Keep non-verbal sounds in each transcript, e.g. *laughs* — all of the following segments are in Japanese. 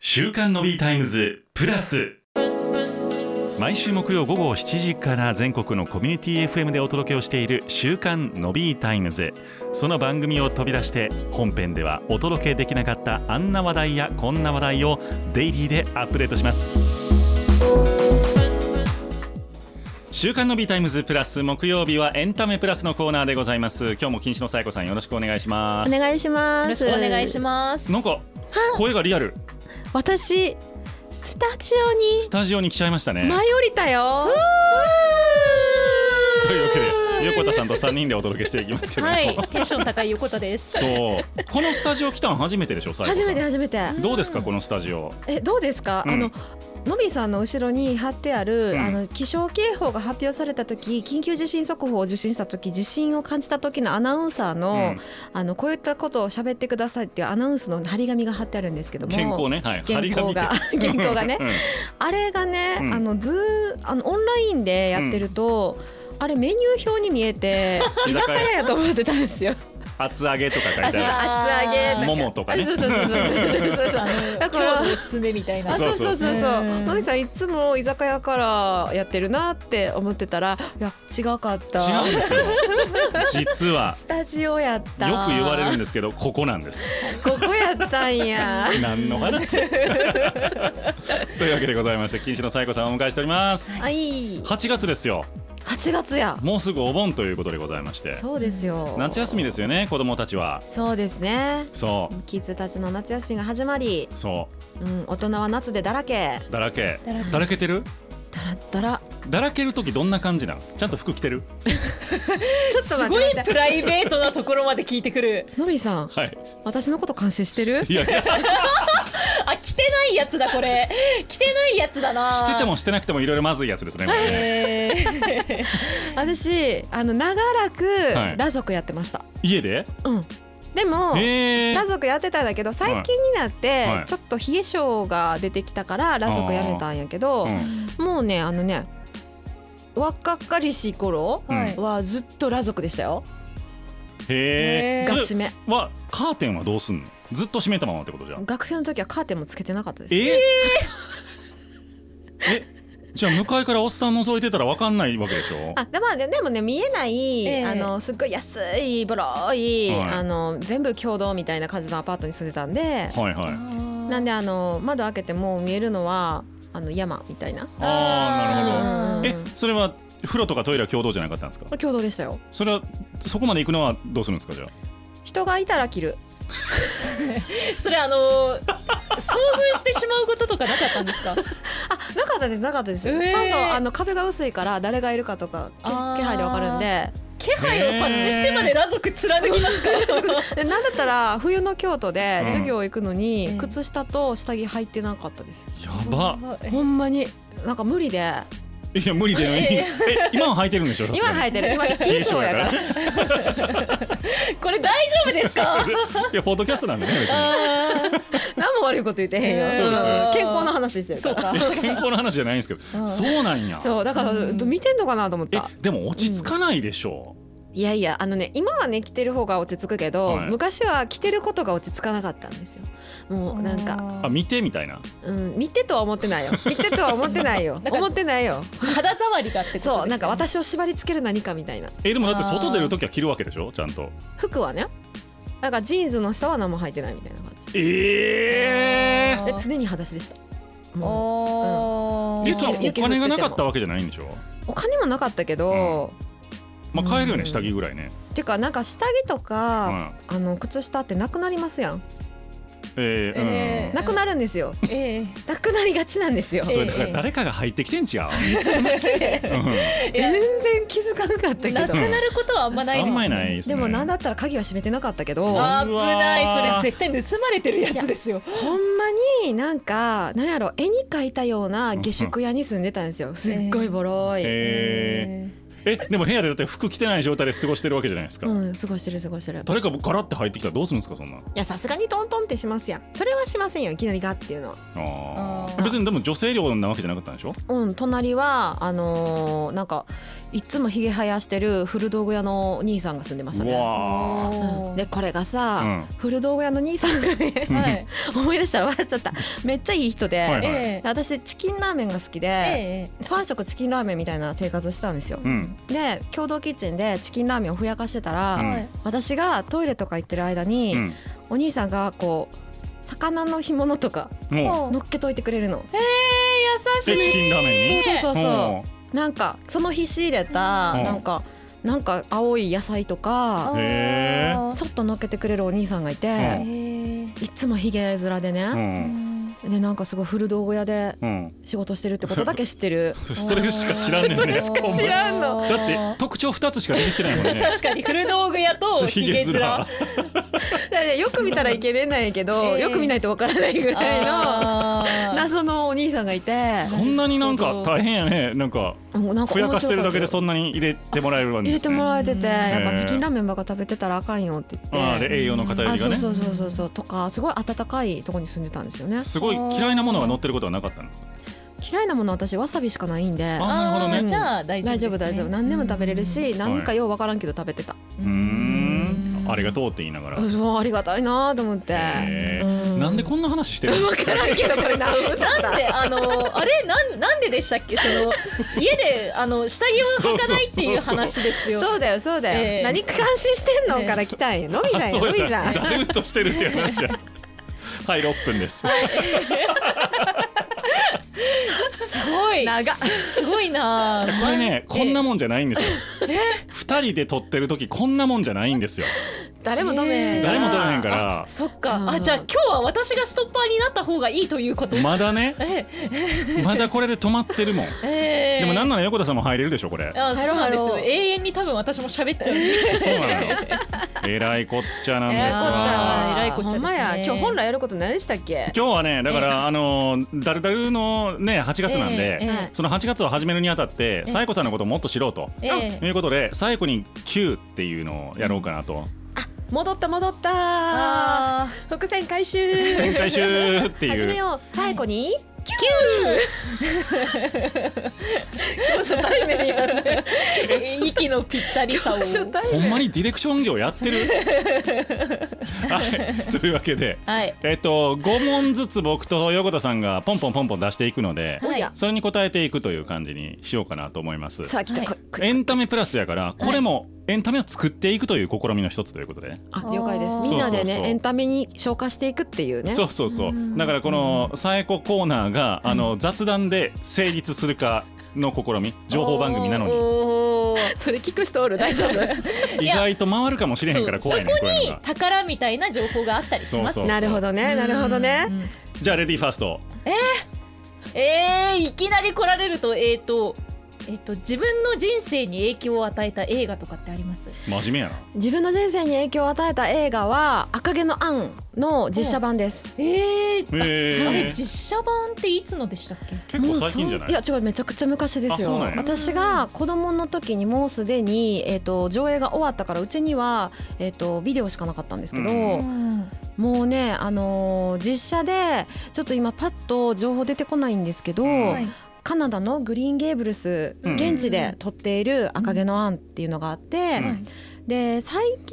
週刊のビータイムズプラス毎週木曜午後7時から全国のコミュニティ FM でお届けをしている「週刊のびータイムズ」その番組を飛び出して本編ではお届けできなかったあんな話題やこんな話題をデイリーでアップデートします週刊のビータイムズプラス木曜日はエンタメプラスのコーナーでございます今日も禁止のさやこさんよろしくお願いしまおす願いしまろしす。くお願いします。なんか声がリアル私スタジスタジオに来ちゃいましたオにね舞い降りたよ。というわけで横田さんと3人でお届けしていきますけども、はい、テンション高い横田です。そうこのスタジオ来たの初めてでしょ最後初さめんて初めて。どうですかこのスタジオえどうですか？うんあの。のびさんの後ろに貼ってある、うんあの気象警報が発表された時緊急地震速報を受信した時地震を感じた時のアナウンサーの,、うんあのこういったことを喋ってくださいっていうアナウンスの張り紙が貼ってあるんですけども健康ねはい張り原稿紙がっ原稿がてね、うんあれがね、うんあのずーあのオンラインでやってると、あれメニュー表に見えて居居酒酒屋屋やと思ってたんですよ。厚揚げとか書いあてそうそうあ厚揚るげももとかねあそうそうそうそうそうそう。だか今日らのおすすめみたいなあ。そうそうそうそうそそううのびさんいつも居酒屋からやってるなって思ってたらいや違かった違うんですよ実 *laughs* はスタジオやったよく言われるんですけどここなんですここやったんや何の *laughs* 話というわけでございまして金子のさやこさんをお迎えしておりますはい8月ですよ8月やもうすぐお盆ということでございましてそうですよ夏休みですよね子供たちはそうですねそキッズたちの夏休みが始まりうそうん、大人は夏でだらけ。うだらけだらけだらけてるだらだら。だらける時どんな感じなのちゃんと服着てるちょっとす待ごっいて。プライベートなところまで聞いてくる。のびさん、はい私のこと監視してるいやいやあ、着てないやつだこれ。着てないやつだな。してて。もしてなくてもいろいろまずいやつですねこれねえ *laughs* ー、私、あの、長らはいく、裸族やってました。家でうん。でも、へえ裸族やってたんだけど、最近になって、はいちょっと冷え性が出てきたから、裸族やめたんやけど、もうね、あのね、若かりし頃はいはずっと裸族でしたよ。へえへーそガチれめ。はカーテンはどうすんのずっと閉めたままってことじゃん学生の時はカーテンもつけてなかったです。えええじゃあ向かいからおっさん覗いてたらわかんないわけでしょあでまあででもね見えない、ええあのすっごい安いボロい、はいあの全部共同みたいな感じのアパートに住んでたんで、はいはいなんであの窓開けても見えるのはあの山みたいなあーなるうほんどえそれは風呂とかトイレは共同じゃなかったんですかこれ共同でしたよそれはそこまで行くのはどうするんですかじゃあ人がいたら着るそれあの遭遇してしまうこととかなかったんですか。あなかったですなかったです、ええちゃんとあの壁が薄いから誰がいるかとかけ気あー配でわかるんで *laughs* 気配を察知してまで裸族貫きますか。でなんだったら冬の京都でうん授業行くのに、うん靴下と下着履いてなかったです、やばえほんまになんか無理でいや無理だよいえやい今は履いてるんでしょさす今がに履いて *laughs* る今冷え性やからこれ大丈夫で *laughs* すか。 *laughs* いやポッドキャストなんでね別に何も悪いこと言ってへんよ、うんそうですよ健康の話してるかそうらか。健康の話じゃないんですけど、うんそうなんや。そうだから、見てんのかなと思っえた、でも落ち着かないでしょいやいやあのね今はね着てる方が落ち着くけど、はい昔は着てることが落ち着かなかったんですよもうなんか、う。あ、見てみたいな。うん、見てとは思ってないよ見てとは思ってないよなんか思ってないよ肌触りがってことですよねそうなんか私を縛り付ける何かみたいなえ、でもだって外出るときは着るわけでしょちゃんと。服はねなんかジーンズの下は何も履いてないみたいな感じええあで常に裸足でしたもうおーえ、そう、お雪降って金てもがなかったわけじゃないんでしょお金もなかったけど、まあ、買えるよね、うん下着ぐらいね。てかなんか下着とうか、ん。あの靴下ってなくなりますやんえーえうん。なくなるんですよええなくなりがちなんですよそれだからええ誰かが入ってきてん違う。いや *laughs* 全然気づかなかったけなくどなることはあんまないあでんすまりないですでね。もなんだったら鍵は閉めてなかったけどほんまあ危なうわーいそれ絶対盗まれてるやつですよになんかなんやろ絵に描いたような下宿屋に住んでたんですよすっごいボロいええでも部屋でだって服着てない状態で過ごしてるわけじゃないですか、うん過ごしてる過ごしてる誰かガラッて入ってきたらどうするんですかそんないやさすがにトントンってしますやんそれはしませんよいきなりガッっていうのはあうーん別にでも女性寮なわけじゃなかったんでしょうん隣はあのーなんかいつもひげ生やしてる古道具屋の兄さんが住んでましたうねわうんでこれがーさ、古道具屋の兄さんがねうんはい。思い出したら笑っちゃっためっちゃいい人で、はいはいええ私チキンラーメンが好きえで、え3食チキンラーメンみたいな生活してたんですよ、うんで共同キッチンでチキンラーメンをふやかしてたら、うえんえはい。私がトイレとか行ってる間うに、んお兄さんがこう魚の干物とかもうもう乗っけといてくれるの、で優しチい。キンラーメンにそうそうそうそおうなんかその日仕入れた、うんなんかなんか青い野菜とか、へえあーそっと乗っけてくれるお兄さんがいて、うんへいつもひげ面でーうね、んでなんかすごい古道具屋でうん仕事してるってことだけ知ってるそれしか知らんねんねそれしか知らんのだって特徴二つしか出てきてないもん *laughs* ね確かに古道具屋とひ *laughs* げ面。らだからよく見たらイケメンなんやけど、ええよく見ないとわからないぐらいのあー謎のお兄さんがいてそんなになんか大変やねなんかもうなんふやかしてるだけでそんんなに入れてもらえるわけ入でれすてねもらえてて、やっえぱえチキンラーメンばっか食べてたらあかんよって言って、あれ栄養の偏ありがそうねそうそうそうそうとかすごい温かいとこに住んでたんですよねすごい嫌いなものが乗ってることはなかったんですか嫌いなもの私わさびしかないんであなるほどねあーじゃあ大丈夫大丈夫大丈夫何でも食べれるし何かようわからんけど食べてた、うーんありがとうって言いながらうわありがたいなと思って、へうーなんでこんな話してるの *laughs* わからんけどこれ何だっただってあのあれなんなんででしたっけその家であの下着を履かないっていう話ですよ。そうだよそうだよ、ええ何感心してんの、ええから来たんやのみあさんやそのうみですねさんだるっとしてるっていう話やはい6分ですすごい長っすごいな。これねこんなもんじゃないんですよ二人で撮ってる時こんなもんじゃないんですよ誰も止めええ誰も撮らへんかららそっうか。んあじゃあ今日は私がストッパーになった方がいいということ。まだねえまだこれで止まってるもんえでもなんななら横田さんも入れるでしょこれあそうなん入ですろうよ入ろう永遠に多分私も喋っちゃう。そうなのよえらいこっちゃなんえでらいこすっちゃわはえらいこっちゃですねほんまや今日本来やること何でしたっけ今日はねだからあのダルダルのね8月なんえでえその8月を始めるにあたってサイコさんのことをもっと知ろうとええということで最後に Q っていうのをやろうかなと戻った戻ったあ伏線回 *laughs* 収旋回収って始めいうよう最後にキ *laughs* ューキュー今日初対面やねー息のぴったり *laughs* さを。初対ほん面まにディレクション業やってるはいというわけではい。えっと5問ずつ僕と横田さんがポンポンポンポン出していくのでおやはそれに答えていくという感じにしようかなと思います *laughs* さあ来た、はいここエンタメプラスやからこれもエンタメを作っていくという試みの一つということで、ね、あ了解ですあーみんなでそねうそうそうエンタメに消化していくっていうねそうそうそうだからこのサエココーナーがあの雑談で成立するかの試み情報番組なのにに。それ聞く人おる *laughs* 大丈夫意外と回るかもしれへんから怖いねこういうのが宝みたいな情報があったりしますそうそうなるほどねなるほどねうんじゃあレディーファーストえー、いきなり来られるとえっ、とえっ、と自分の人生に影響を与えた映画とかってあります真面目やな自分の人生に影響を与えた映画は赤毛のアンの実写版ですえー、あへれえ実写版っていつのでしたっけ結構最近じゃないもうそういや違うめちゃくちゃ昔ですあそうよなんや私が子供の時にもうすでに、えー、と上映が終わったからうちには、えー、とビデオしかなかったんですけど、うもうね、あのー実写でちょっと今パッと情報出てこないんですけど、うんはいカナダのグリーンゲーブルスうん現地で撮っている「赤毛のアン」っていうのがあって、うんで最近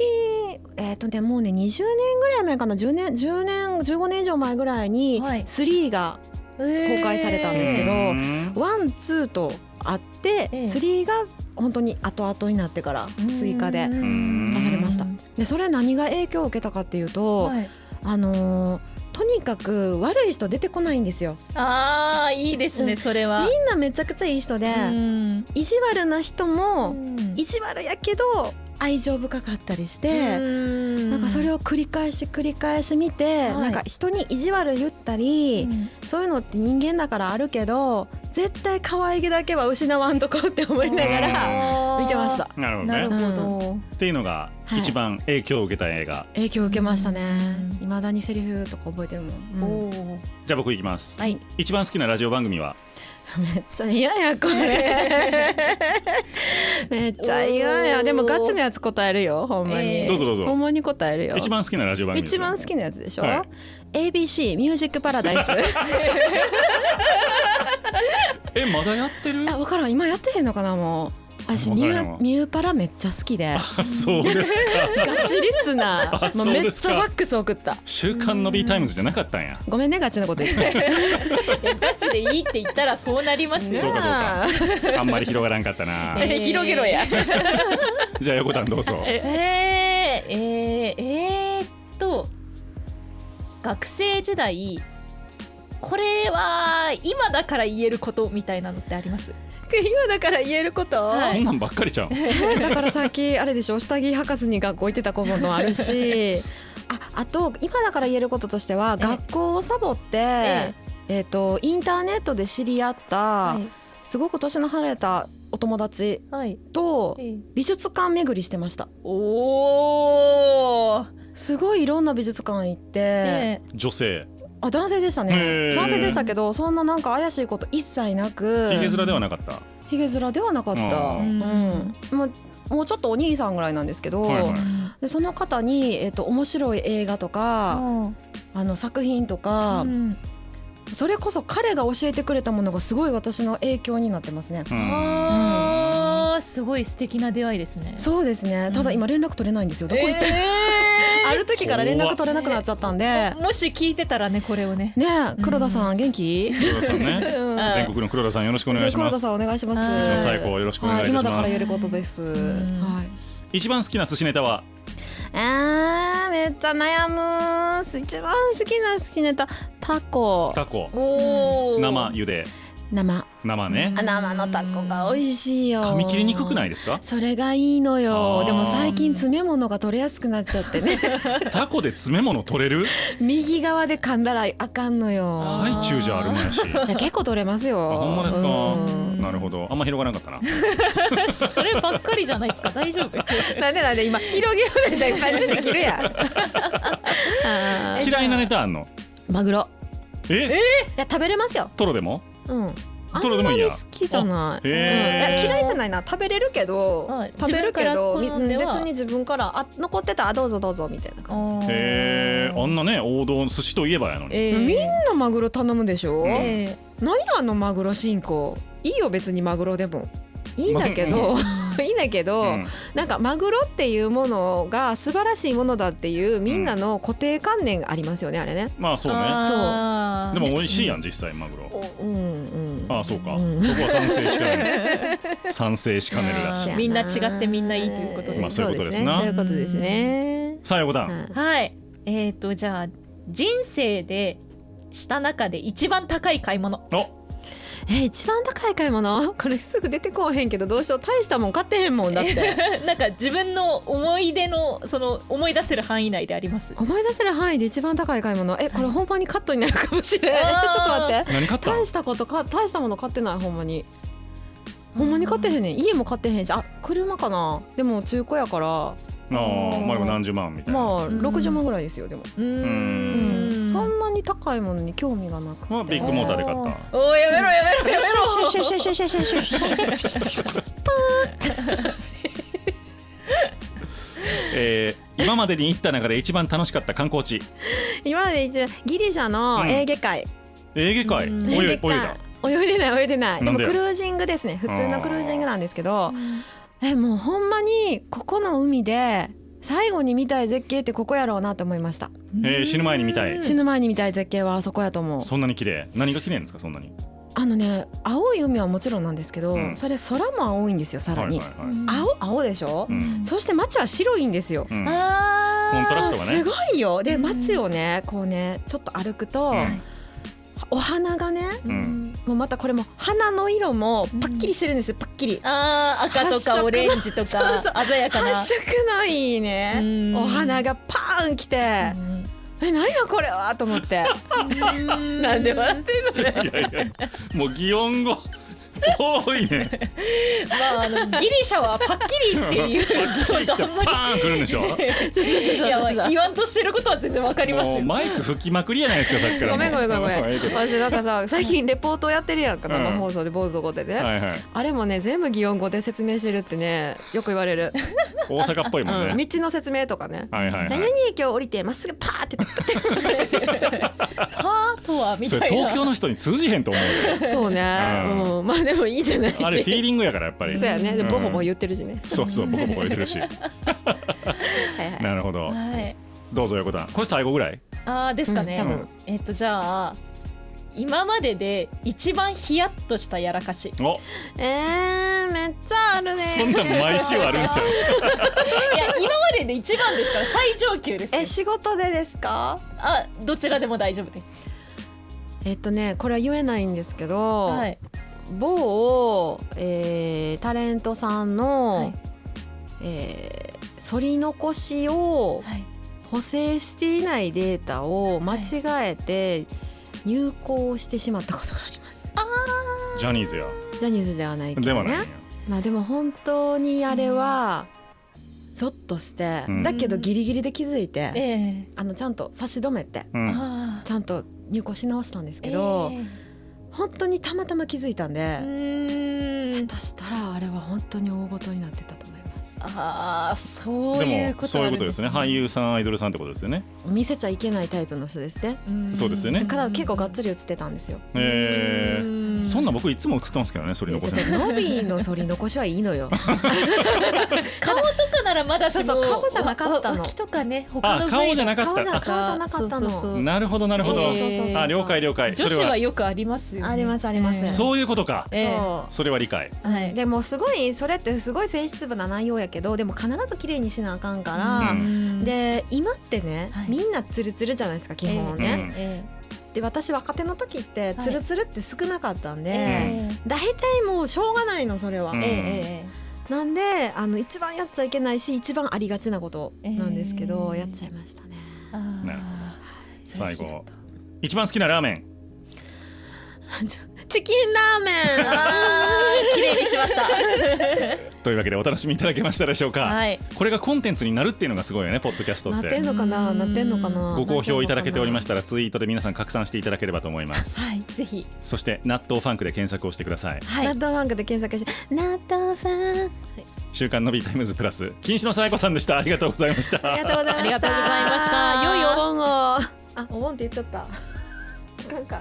えっ、とねもうね20年ぐらい前かな10年10年15年以上前ぐらいにはい3が公公開されたんですけどうんワンツーとあって、ええ3が本当に後々になってから追加でん出されました。でそれ何が影響を受けたかっていうと、はい、あのーとにかく悪い人出てこないんですよああいいですね、うんそれはみんなめちゃくちゃいい人で、うん意地悪な人うもん意地悪やけど愛情深かったりしうて、んなんかそれを繰り返し繰り返し見て、はいなんか人に意地悪言ったうり、んそういうのって人間だからあるけど絶対可愛げだけは失わんとこって思いながらあー見てましたなるほどなるねほど、っていうのがはい一番影響を受けた映画影響を受けましたねうん未だにセリフとか覚えてるもん、うんおーじゃあ僕いきますはい一番好きなラジオ番組はめっちゃ嫌やこれめっちゃ嫌やでもガチのやつ答えるよほんまに、えーどうぞどうほんぞまに答えるよ一番好きなラジオ番組です一よ番好きなやつでしょ、はい ABC ミュージックパラダイスえまだやってるあ分からん今やってへんのかなもう私分ミからュへんわーミューパラめっちゃ好 *laughs* きであそうですかガチリスナあーそもううめでっすちかゃバックス送った週刊のビータイムズじゃなかったんやごめんねガチなこと言ってガチでいいって言ったらそうなりますそうよ。かそう *laughs* かあんまり広がらんかったなえ広げろやじゃあ横田どうぞえー、えー、えー、っと学生時代これは今だから言えることみたいなのってあります今だから言えること、はそんなんばっかりちゃう *laughs* だからさっきあれでしょ下着履かずに学校行ってた子もある *laughs* しああと今だから言えることとしてはえ学校をサボって、ええー、とインターネットで知り合った、はいすごく年の離れたお友達はい、とえー美術館巡りしてましたおーすごいいろんな美術館行って、え女性あ男性でしたへねー男性でしたけどそんななんか怪しいこと一切なくヒゲ面ではなかったひげ面ではなかった、あーうんもうもうちょっとお兄さんぐらいなんですけど、はいはいでその方に、えっと面白い映画とか、あの作品とか、うんそれこそ彼が教えてくれたものがすごい私の影響になってますね。うんあーすごい素敵な出会いですね。そうですねただ今連絡取れないんですよどこ行って、ある時から連絡取れなくなっちゃったんで *laughs* もし聞いてたらねこれをね。ねえ黒田さん元気、黒田さんねうんあじゃ全国の黒田さんよろしくお願あいしま黒田すさんお願いしまうすちの最高をよろしくお願いいたしはいま今すだから言えることです、んはい一番好きな寿司ネタはあーめっちゃ悩むーす一番好きな好きネタタコタコおお。生茹で生生ねあ生のタコが美味しいよ噛み切りにくくないです *laughs* かそれがいいのあよーでも最近詰め物が取れやすくなっちゃってねタコで詰め物取れる右側で噛んだらあかんのよハイチュウじゃあるまい *laughs* しいや結構取れますよあほんまですかうんなるほどあんま広がらなかったなそればっかりじゃないです *laughs* か大丈夫。なんでなんで今広げようみたいな感じで切るやんあー嫌いなネタあんのマグロえいや食べれますよトロでもうんあトロんでもまいいりや好きじゃない,、あうん、いへーや嫌いじゃないな食べれるけどはい食べるけど自分から好うんんでは別に自分からあ残ってたらあどうぞどうぞみたいな感じへえあんなね王道の寿司といえばやのにえみんなマグロ頼むでしょ、うんえ何あのマグロ進行いいよ別にマグロでもいいんだけど *laughs* いいんだけど、うんなんかマグロっていうものが素晴らしいものだっていうみんなの固定観念がありますよねあれね。まあそうねあーでも美味しいやん実際マグロうんうん、ああそうかうんそこは賛成しか *laughs* ねる賛成しかねるらしいあーみんな違ってみんないいということでまあそういうことですなそうですねさあ横そうい田うことですね。はい。えっ、とじゃあ人生でした中で一番高い買い物。 *laughs* おうんえ一番高い買い物 *laughs* これすぐ出てこうへんけどどうしよう大したもん買ってへんもんだってなんか自分の思い出のその思い出せる範囲内であります。思い出せる範囲で一番高い買い物えこれ本番にカットになるかもしれん *laughs* ちあーょっと待って何買ったん大したことか大したもの買ってないほんまにほんまに買ってへんねん家も買ってへんしあ車かなでも中古やからああまあでも何十万みたいなまあうん60万ぐらいですよでも、うーうんそんなに高いものに興味がなくて、まあビッグモーターで買っおたーおーやめろやめろやめろシュシュシュシュシュシュシュシュえー今までに行った中で一番楽しかった観光地今まで一度ギリシャうのんエーゲ海、エーゲ海うん泳いエ泳ーいゲ海だ泳いでない泳いでないなでんもでクルージングですね普通のクルージングなんですけどえもうほんまにここの海で最後に見たい絶景ってここやろうなと思いました、えー死ぬ前に見たい死ぬ前に見たい絶景はあそこやと思うそんなに綺麗何が綺麗なんですかそんなにあのね青い海はもちろんなんですけど、うんそれ空も青いんですよさらに、はいはいはい青青でしょ、うんそして街は白いんですよ、うんあコントあラーストがすねごいよで街をねこうねちょっと歩くと、うんお花がねううんん、もうまたこれも花の色もパッキリしてるんですよパッキリあー赤と発色かのオレンジとかそうそ鮮やかな発色のいいねうんお花がパーン来てえ何やこれ *laughs* はと思ってなんで笑ってんのいやいやもう擬音語多いねまああのギリシャはパッキリっていう来たことパあんーまりン来るんでしょそうそうそうそういやまあ言わんとしてることは全然わかりますもうよマイク吹きまくりやないですかさっきからごめんごめんごめん *laughs* ごめんもうええけど私なんかさ最近レポートやってるやんかうん生放送でボード語でね、はいはいあれもね全部擬音語で説明してるってねよく言わ *laughs* れる、大阪っぽいもんね、うん、道の説明とかねはいはいは「何い々駅を降りてまっすぐパーって」パートはみそたいれな東京の人に通じへんと思うよそうね、ううんまあでもいいじゃないあれフィーリングやからやっぱりそうやねでうんボコボコ言ってるしね、そうそうボコボコ言ってるしはいはいなるほどはいどうぞ横田これ最後ぐらいあーですかね、うん多分えっとじゃあ今までで一番ヒヤッとしたやらかしおえー、めっちゃあるねそんなん毎週あるんちゃういや今までで一番ですから最上級ですえ仕事でですかあどちらでも大丈夫ですえっとねこれは言えないんですけど、はい某、えータレントさんの、はいえー反り残しをはい補正していないデータを間違えて入稿してしまったことがあります、ジャニーズやジャニーズではないけでどはねないんやまあでも本当にあれはゾッとして、うんだけどギリギリで気づいて、えあのちゃんと差し止めてうんあちゃんと入稿し直したんですけど、本当にたまたま気づいたんで、うん下手したらあれは本当に大ごとになってたと思いますああそうでいうもことそういうことですね俳優さんアイドルさんってことですよね見せちゃいけないタイプの人ですねそうですよねから結構がっつりり映ってたんですよえーそんななん僕いつも映ってますけどねそれノ残せないビーの反り残しはいいのよ顔とかならまだしもそうそう顔じゃなかったのわ脇とかね他あの顔じゃなか顔っじゃた顔じゃなかったのそうそうそうなるほどなるほどそうそうそうそうあ了解了解女そ子れははよくありますよねありますありますええそういうことかええそうそれは理解はいでもすごいそれってすごいセンシティブな内容やけどでも必ず綺麗にしなあかんから、うんで今ってね、はいみんなツルツルじゃないですか基本ええね、えで私若手の時ってはいツルツルって少なかったんで、ええ大体もうしょうがないのそれは、うんええなんであの一番やっちゃいけないし一番ありがちなことなんですけど、えーやっちゃいましたねえあなるほあ最後一番好きなラーメンチキンラ *laughs* ーメンあー綺麗にしましたというわけでお楽しみいただけましたでしょうか、はいこれがコンテンツになるっていうのがすごいよねポッドキャストっなっててんのかなうんなってんのかなご好評いただけておりましたららツイートで皆さん拡散していただければと思いますはいぜひそして納豆ファンクで検索をしてくださいはいナットファンクで検索してナットファン週刊のビータイムズプラス禁止のさやこさんでしたありがとうございましたありがとうございましたありがとうございました良いおお盆をあお盆って言っちゃったなんか